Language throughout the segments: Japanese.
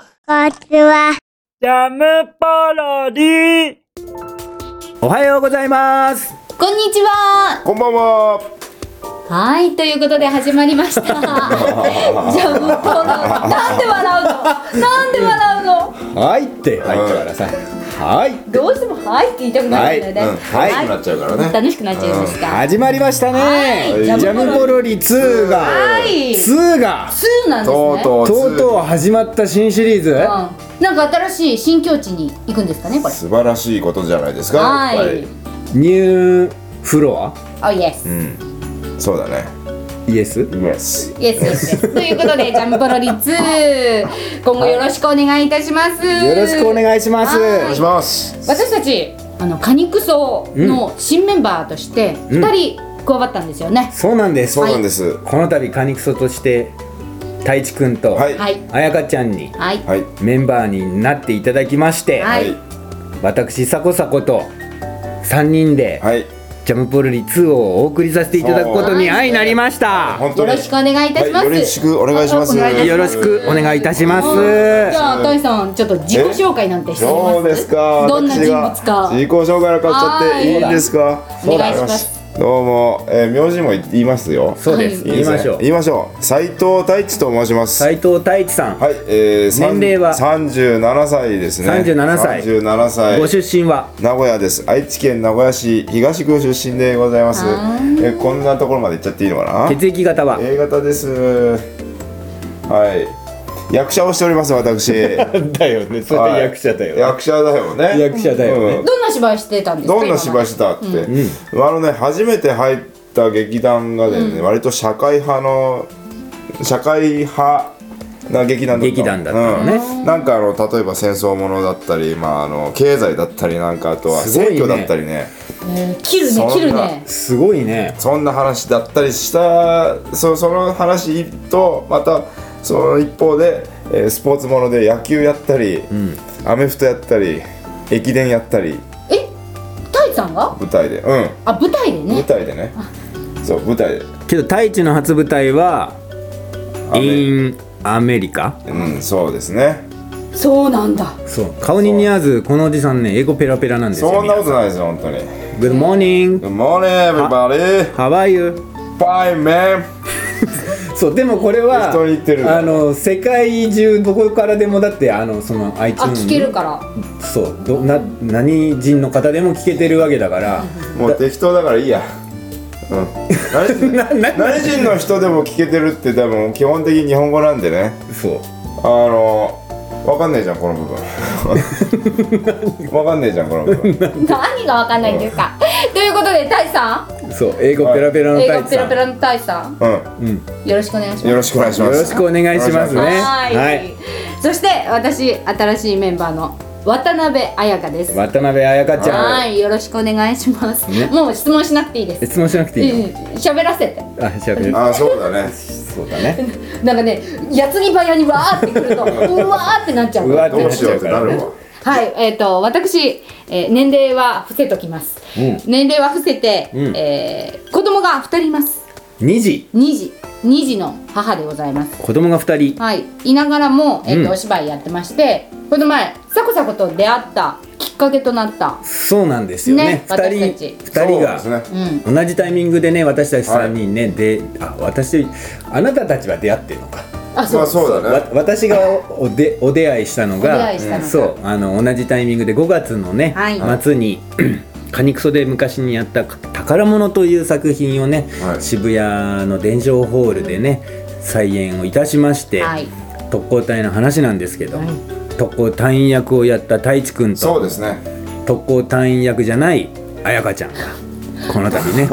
ちは。ジャムパロディおはようございますこんにちは。こんばんは。はい、ということで始まりました。じゃあ、向こうの、なんで笑うの。なんで笑うの。はいって入ってくださいはいどうしても、はいって言いたくなるんだよね。うん、早くなっちゃうからね。楽しくなっちゃいますか。始まりましたね、はいジャムポロリ2がはい。ツ2がーなんですとねう。とう。とうとう始まった新シリーズ、うん。なんか新しい新境地に行くんですかね、これ。素晴らしいことじゃないですか。はいやっぱニューフロアあ、イエス。りそうだね。イエスイエス。イエスイエスイエス。ということで、ジャムポロリ2。今後よろしくお願いいたします。よろしくおい。願いしますお願いします。私たち、あの、果肉層の新メンバーとして、二人加わったんですよね。そうなんです、そうなんです。はこの度カニクソとして太一くんと、い。はい。あやかちゃんにはい。はい。メンバーになっていただきまして、はい私さこさこと3人で、はい。ジャムポルリ2をお送りさせていただくことにそう相なりました、本当よに。ろしくお願いいたします。はいよろしくお願いします。お願いよろしくお願いいたしまうんじすゃあ、トイさん、ちょっと自己紹介なんてしてみます。どうですか。どんな人物私がか。自己紹介の買っちゃっていいんですか。お願いします。どうも、えー、名字も言いますよ。そうです、いい言いですねましょう言いましょう。斉藤太一と申します。斉藤太一さん、はい、えー、さん年齢は37歳ですね37歳37歳ご出身は名古屋です愛知県名古屋市東区出身でございますえーこんなところまで行っちゃっていいのかな血液型は A 型ですはい役者をしております 私だよねそはい役者だよね役者だよねうんどんな芝居してたんですか。どんな芝居してたって、あのね初めて入った劇団がね、割と社会派の社会派な劇団だった劇団だったのねうんなんかあの例えば戦争ものだったり、まあ、あの経済だったりなんかあとはすごい選ね挙だったりね今の。えー切るね、切るね。すごいねそんな話だったりしたそその話とまたその一方で、えースポーツもので野球やったり、アメフトやったり駅伝やったりえ、トイさんが。舞台でうんあ、舞台で舞ね。台でねそう舞台でけど太一の初舞台はアメ in アメリカうん、そうですね。そうなんだ。そう顔に似合わずこのおじさんね英語ペラペラなんですよそんなこと皆ないですよ、本当に。さん Good morning Good morning, everybody! How are you? Fine, man! そうでもこれは適当に言ってるあの世界中どこからでもだってあのその iTunes あ、聞けるから。そうどな何人の方でも聞けてるわけだからもう適当だからいいや。うん。何人何人の人でも聞けてるって多分基本的に日本語なんでね。そうあの、わかんねえじゃん、この 部分。わかんねえじゃん、この部分。何がわかんないんですか。ということで、トイさん。そう英語ペラペラの映太画一ペさラんペラのトイさん。うよろしくお願いします。ん。よろしくお願いしまよす。ろしくお願いしますねはい,、そして私新しいメンバーの渡辺彩香です。渡辺彩香ちゃんはい、よろしくお願いします。ねもう質問しなくていいです。質問しなくていいの、うん喋らせて。あしゃべるあ、そうだね。そうだねなんかね、矢継ぎ早にわーってくる と、うわーってなっちゃう。うわーどうしよ うってなるわ。はい、えっ、と、私、えー年齢は伏せときます。年齢は伏せて、うんえー子供が二人います。 2時二児、二児の母でございます。子供が2人はい、いながらも、えっ、と、うんお芝居やってまして、この前、さこさこと出会ったきっかけとなった。そうなんですよねね二2人私たち二人がそうですうね。ん、同じタイミングでね私たち3人ね、であ私あなたたちは出会ってるのか、あ、そまうあ、。そうだねわ。私がおおでお出会いしたのお出が会いしたのがそうあの同じタイミングで5月のね、はい末に カニクソで昔にやった「宝物」という作品をね、はい渋谷の伝承ホールでね、再演をいたしまして、はい特攻隊の話なんですけど、はい特攻隊員役をやった太一くんそうとですね。特攻隊員役じゃない彩香ちゃんがこの度 ね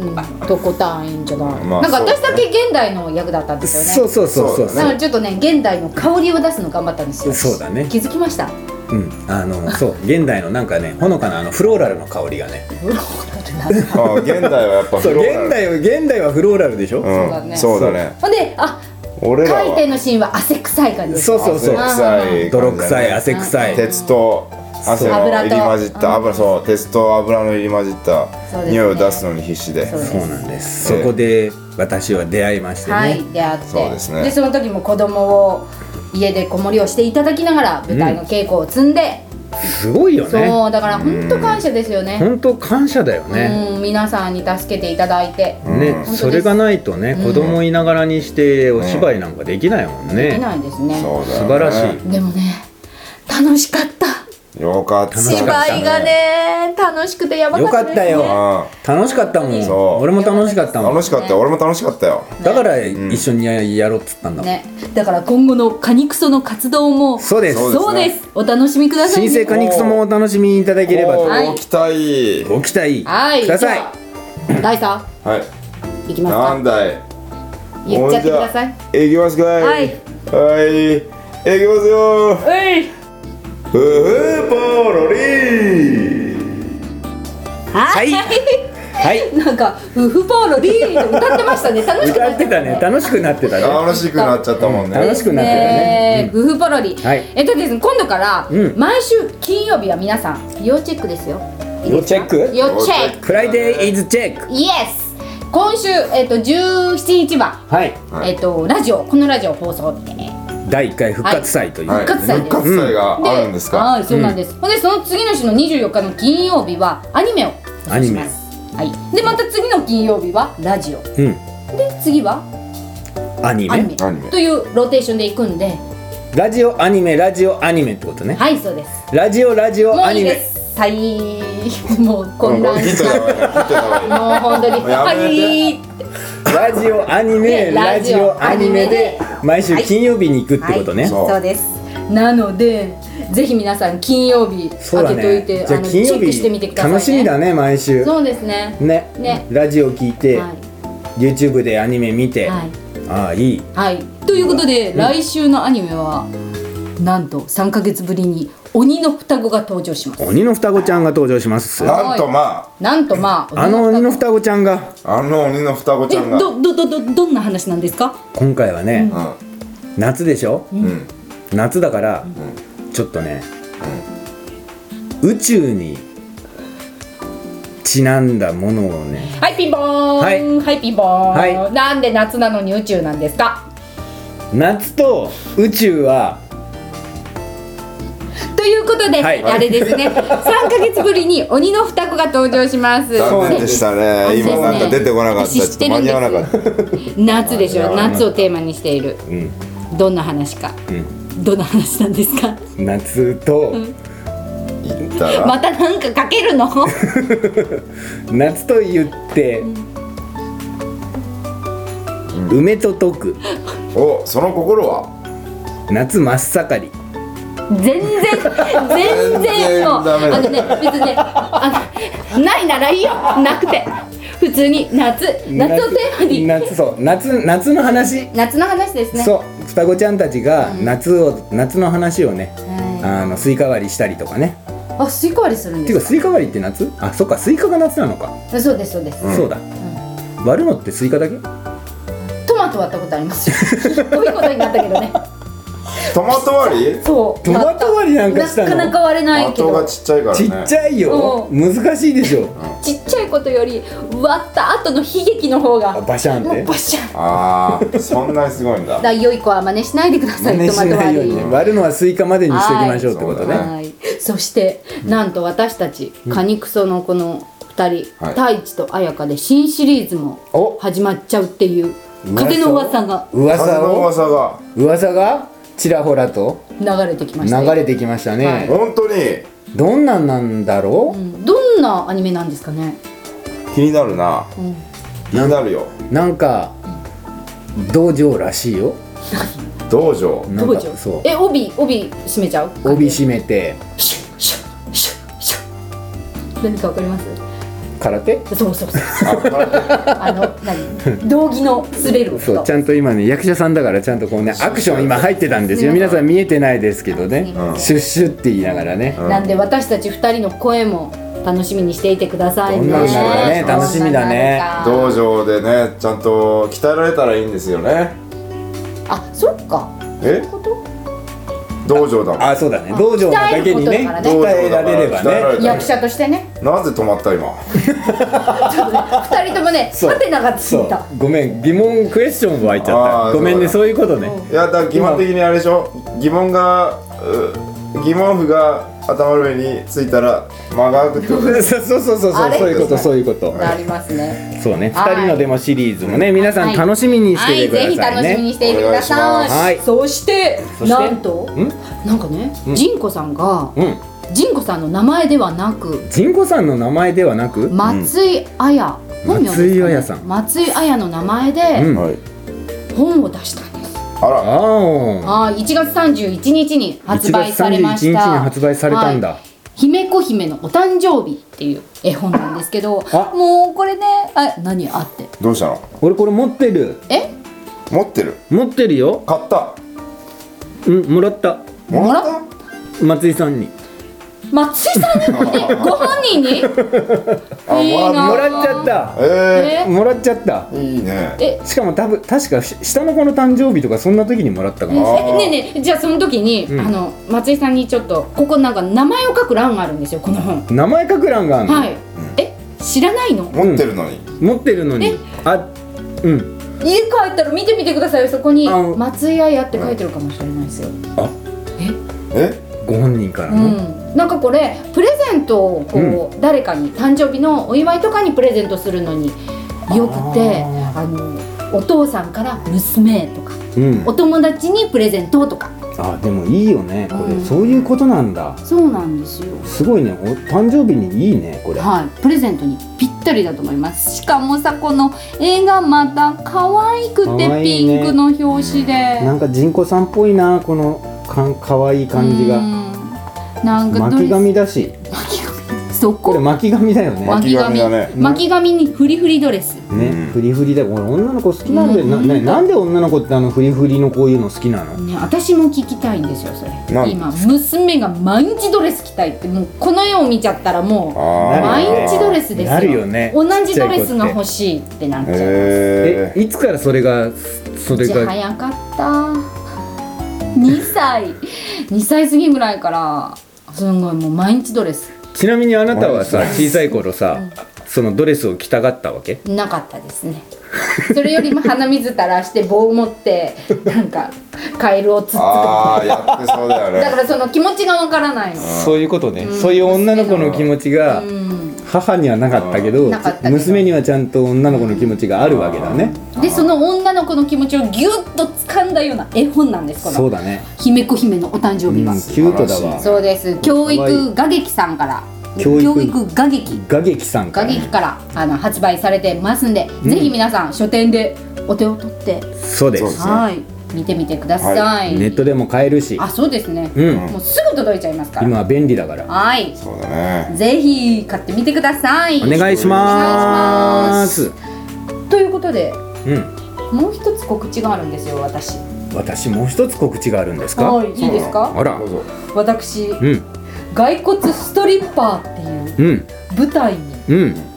うん、とこ単位じゃない、まあなんか私だそうけ現代の役だったんですよねそうそうそうそうそうだからちょっとね現代の香りを出すの頑張ったんですよそうだね気づきましたうん、あのそう現代のなんかねほのかなあのフローラルの香りがね あ現代はやっぱそうフローラル現代は現代はフローラルでしょ、そうだうんねそうだね。ほんであ俺らは海底のシーンは汗臭い感じですそうそうそうあ臭い泥臭い感じ汗臭だねい鉄と汗の入り混じっ油とた油そう鉄と油の入り混じったそうですね匂いを出すのに必死でそうですそうなんですええそこで私は出会いましてね、はい出会ってそうですねその時も子供を家で子守りをしていただきながら舞台の稽古を積んで、すごいよねそうだから本当感謝ですよね本当感謝だよね、うん皆さんに助けていただいて、ねすそれがないとね、子供いながらにしてお芝居なんかできないもんできね、ないですねそうだ素よね晴らしいでもね楽しかったよかった楽しかった芝居がね楽しくてやばかったです、ね、よかったよあ楽しかったもんそう俺も楽しかったもん楽しかったよ俺も楽しかったよだから一緒にややろうっつったんだもん、ね、だから今後のカニクソの活動もそうですそうそうですお楽しみください新ね生カニクソもお楽しみいただければおとはいーご期待ご期待はいください、じゃあ第三はいいきなますんだいか言っちゃってくださいいきますかいはいはいいきますよういふふポロリはい、は いなんか夫婦ポーロリーって歌ってましたね楽しくな歌ってたね楽しくなってたね楽しくなっちゃったもんね楽しくなってたねね、夫婦ポロリ、はいえっとですね今度から、うん毎週金曜日は皆さん要チェックですよいいですか要チェック要チェックフライデーイズチェックイエス今週、えっと17日は、はいはいえっとラジオこのラジオ放送で、第1回復活祭という、はい復活祭です復活祭があるんですかはい、そうなんです。ほんで、その次の週の24日の金曜日はアニメを放送します。はい。で、また次の金曜日はラジオ。で、うん次はアニメアニメアニメというローテーションで行くんで、ラジオアニメラジオアニメってことね、はい、そうです。ラジオラジオもアういニいメです。はい。もう混な乱んかギしターた。やばいギターやばいもう本当に、やはめてい。ラジオアニメねラジオアニメでラジオ毎週金曜日に行くってことね、はい、そうそうです。なので、ぜひ皆さん金曜日そう開だけといねて、じゃああの金チ曜ェックしてみて日ください、ね。楽しみだね毎週そうですね。ねねラジオ聞いて、はい YouTube でアニメ見て、はいああいいはい、ということで、来週のアニメはなんと3か月ぶりに鬼の双子が登場します鬼の双子ちゃんが登場しますあなんとまなんとまああの鬼の双子ちゃんがああの鬼の双子ちゃんえがうどどどどどんな話なんですか今回はね、ん夏でしょ、うん夏だから、ちょっとね、宇宙にちなんだものをねはいピンポーンははいい、ピンポーン、はいなんで夏なのに宇宙なんですか夏と宇宙はということで、はいあれですね3か月ぶりに鬼の双子が登場します残念でしたね今なんか出てこなかったちょ私知っっとてる間んにです合わなかった夏でしょ夏をテーマにしている、んどんな話か、どんな話なんですか夏と、言ったらまたなんかかけるの夏と言って、梅と解くおその心は夏真っ盛り全然全然もうダメだあのね別にねあのないならいいよなくて普通に夏夏をテーマに夏そう夏夏の話、夏の話ですねそう双子ちゃんたちが夏を、夏の話をねはいあのスイカ割りしたりとかねあスイカ割りするんってでいうすかスイカ割りって夏あそっかスイカが夏なのか、かそうですそうです、そうだ、割るのってスイカだけトマト割ったことありますよひどいことになったけどねトマト割りそうトマト割りなんかしたのなかなか割れないけ的がどちっちゃいからちねっちゃいよ、う難しいでしょ、ちっちゃいことより割った後の悲劇の方があバシャンっもてうバシャンだああそんなにすごいんだから良い子は真似しないでください真似トマしトない割ようにりね割るのはスイカまでにしておきましょうってことねはいはい、そして、なんと私たち、カニクソのこの2人、はい太一と彩香で新シリーズおも始まっちゃうっていう噂風の噂が風噂のを噂が噂がちらほらと流れてきま流したよれてきましたね、はい本当にどんなんなんだろうう、んどんなアニメなんですかね、気になるなうん、気になるよなんか道場らしいよ道場なんどかうじゃそうえ帯帯締めちゃう帯締めてシュッシュッシュッシュッ何かわかります空手そうそうそうあ空あの何道着の滑るそう音ちゃんと今ね役者さんだからちゃんとこうねアクション今入ってたんですよすい皆さん見えてないですけどね、うんシュッシュって言いながらね、なんで私たち2人の声も楽しみにしていてくださいねどんなんだろうね楽しみだね手道場でねちゃんと鍛えられたらいいんですよねあそっかえこと道場だもんあそうだね道場なだけに鍛ねえる伝こ道場えられればだから鍛えらねれた役者としてねなぜ止まった今2人ともね そうハテナがつそいうたごめん疑問クエスチョン湧いちゃあったーごめんねそそういうことねいやだから基本的にあれでしょ疑問がう疑問符が頭の上についたら間が空くってことですそうそうそうそうあれそういうことそういうことなりますね。そうねはい2人のデモシリーズもね皆さん楽しみにしててくだはい、ぜひさい楽しみにねしていてください。お願いしますはいそしてそしてなんとんなんかね、んジンコさんがうんジンコさんの名前ではなくジンコさんの名前ではなく松井綾、本名ですかね松井彩さん松井綾の名前うでんはい本を出したんです。あらあーああ、1月31日に発1売月さ31れま日しにた。発売されたんはだい姫子姫のお誕生日っていう絵本なんですけどあもうこれねあ何あってどうしたの俺これ持ってるえ持ってる持ってるよ買ったうんもらったもらっもた松井さんに松井さんにえご本人 にいいあなももらっちゃったええもらっちゃったー、いいねえしかも多分確かし下の子の誕生日とかそんな時にもらったかえなあーねえねえじゃあその時に、うんあの松井さんにちょっとここなんか名前を書く欄があるんですよこの本、名前書く欄があるの、はい、え知らないの持ってるのに、持ってるのにえあうん家帰ったら見てみてくださいよそこにあの松井彩って書いてるかもしれないですよ、えご本人からうの、ん、なんかこれプレゼントをこう、誰かに誕生日のお祝いとかにプレゼントするのによくてああのお父さんから娘へとかうんお友達にプレゼントとかあでもいいよねこれ、うんそういうことなんだそうなんですよすごいねお誕生日にいいねこれ、はい、プレゼントにぴったりだと思いますしかもさこの絵がまた可愛くて可愛いピねンクの表紙でなんか人工さんっぽいなこのかんかわいい感じうがんなんか巻き髪だしそこれこ巻き髪だよね巻き髪だね巻き髪巻き髪にフリフリドレスね、うんフリフリだ俺女の子好きなんだよ、うんなななんで女の子ってあのフリフリのこういうの好きなのね、私も聞きたいんですよそれなん今娘が毎日ドレス着たいってもうこの絵を見ちゃったらもうあー毎日ドレスですよなるよね同じドレスが欲しいってなっちゃいますええいつからそれがそれうちが早かった2歳2歳過ぎぐらいからすんごいもう毎日ドレスちなみにあなたはさ毎小さい頃さ、そのドレスを着たがったわけなかったですねそれよりも鼻水垂らして棒を持ってなんかカエルをつっつくー、ああやってそうだよねだからその気持ちがわからないのそういうことね、うんそういう女の子の気持ちがうん母にはなかったけどうんなかったけど娘にはちゃんと女の子の気持ちがあるわけだね、でその女の子の気持ちをギュッと掴んだような絵本なんですこそうのだね、姫子姫のお誕生うん、キ日は、ュートだわそうです教育画劇さんから教育画劇ガゲキさんか画ら、劇からあの発売されてますんで、ぜひ皆さん書店でお手を取って、そうですそうですねはい見てみてください、はネットでも買えるしあそうですね、うんもうすぐ届いちゃいますから今は便利だからはいそうだねぜひ買ってみてくださいお願いしますということでうんもう一つ告知があるんですよ私私もう一つ告知があるんですか、はいいいですかあらどうぞ私うん骸骨ストリッパーっていううん舞台にうん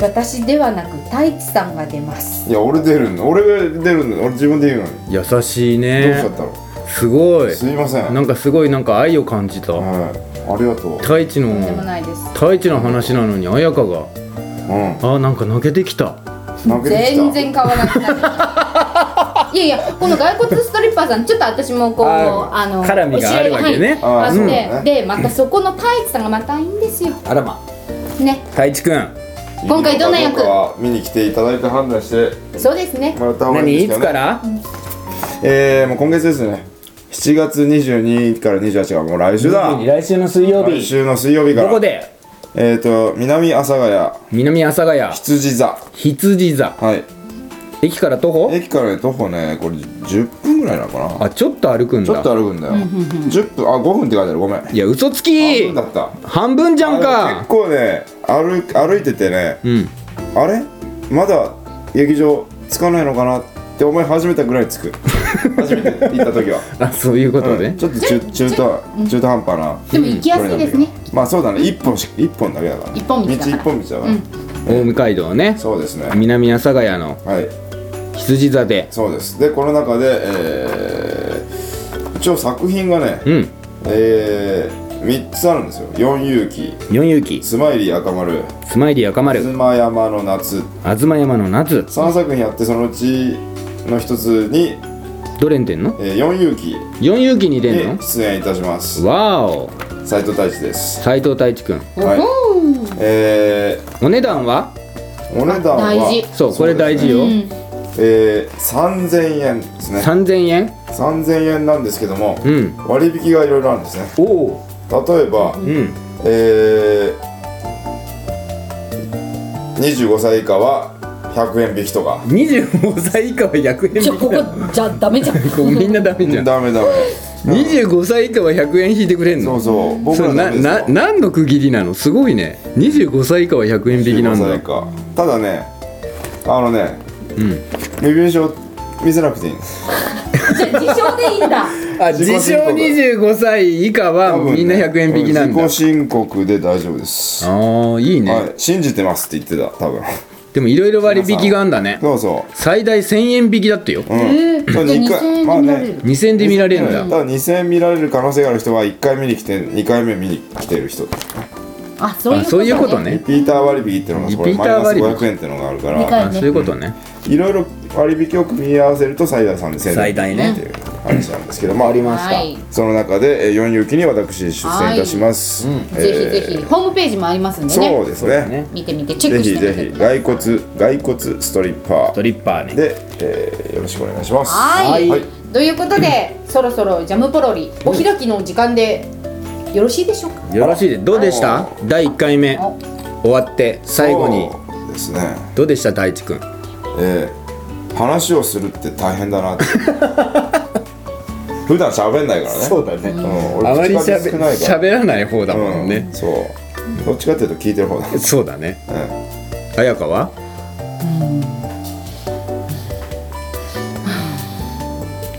私ではなく太一さんが出ますいや俺出るんだ俺が出るんだ俺自分で言うのに優しいどうしちねゃったのすごいすいませんなんかすごいなんか愛を感じたはいありがとう太一とんでものないです太一の話なのに彩香がうあなんか泣けてきたん負けてきた全然買わなくなるいやいやこの骸骨ストリッパーさんちょっと私もこうああの絡みがあるわおけね知り合いはいあっあーて、そうだねでまたそこの太一さんがまたいいんですよあらまね太一くん今回どんな役いいのかどうかは見に来ていただいて判断してそうですねもらった方がいい何でいすよつねからえー、もう今月ですね7月22から28がもう来週だ来週の水曜来日週の水曜日からどこでえっ、ー、と南阿佐ヶ谷南阿佐ヶ谷羊座羊座はい駅から徒歩駅からね徒歩ねこれ10分ぐらいなのかなあちょっと歩くんちょっだと歩くんだよ10分あ5分って書いてあるごめんいや嘘つき半分だった半分じゃんあのか結構ね歩く歩いててねうんあれまだ劇場つかないのかなって思い始めたぐらい つく初めて行った時はあそういうことうねんちょっと中中途中途半端なでも行きやすいですねまあそうだね一本し一本だけだから一本道だから一本道だから、青梅街道ねそうですね南阿佐ヶ谷のはい羊座でそうですでこの中で、えー一応作品がね、うんえー、3つあるんですよ「四勇気」四遊記「スマイリー赤丸」スマイリー赤「丸妻山の夏」東山の夏3作品やってそのうちの一つにどれに出んのえー、四遊記 ?4 遊記に出んにの出演いたしますわお斉藤太一です斎藤太一くんはいうんえお値段はー、お値段は大事そうこれ大事いいよ、えー、3000円ですね3000円3000円なんですけども、うん割引がいろいろあるんですねおお例えば、うんえー、25歳以下は100円引きとか25歳以下は100円じゃあ引こきだこじゃダメじゃんこうみんなダメじゃんダメダメ25歳以下は100円引いてくれんそのうそう僕そられダなメですなよ何の区切りなのすごいね25歳以下は100円引きなんだ25歳以下ただねあのねうん身分証見せなくていいんですじゃあ自称でいいん だあ自己自申称告25歳以下は多分ねみんな100円引きなんだ、自己申告で大丈夫です、ああいいね、はい信じてますって言ってた多分 でもいろいろ割引があんだねそうそ最大1000円引きだってよう、うんえーそれ二回じゃあ2000円まあになれねる2000円で見られるんだ、うんただ2000見られる可能性がある人は1回見に来て2回目見に来てる人あそういうこあとそういうことリねピーター割引っていうのがこれリピーマイターナス割引500円っていうのがあるかでらかあそういうことねいろいろ割引を組み合わせると最大3000円っ大ていう話なんですけどもありまはいその中でえー四遊記に私出演いたします、えーぜひぜひホームページもありますんでそねうですね見てみてチェッぜクしひてみぜてひ骸骨骸骨ストリッパーリッパーで、えーよろしくお願いしますはい、はいということで、そろそろジャムポロリお開きの時間でよろしいでしょうか。よろしいでどうでした第1回目お終わって最後にそうですねどうでした太一くんえー話をするって大変だなって 普段喋んないからねうだねうん俺あまりしゃべ 口数少ないから喋らない方だもんうねん、そうどっちかっていうと聞いてる方だ、そうだねうん綾香は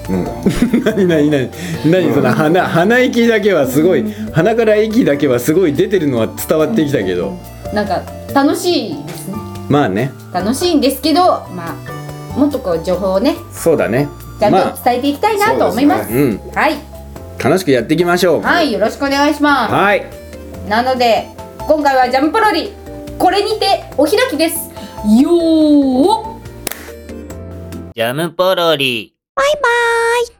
うん、何何何何その鼻鼻息だけはすごい鼻から息だけはすごい出てるのは伝わってきたけどなんか楽しいですね。まあね楽しいんですけど、まあもっとこう情報をね、そうだねちゃんまとあ伝えていきたいなと思います。そううんはい、楽しくやっていきましょうはい、よろしくお願いしまはいす。なので、今回はジャムポロリこれにてお開きです。よー。ジャムポロリ。バイバイ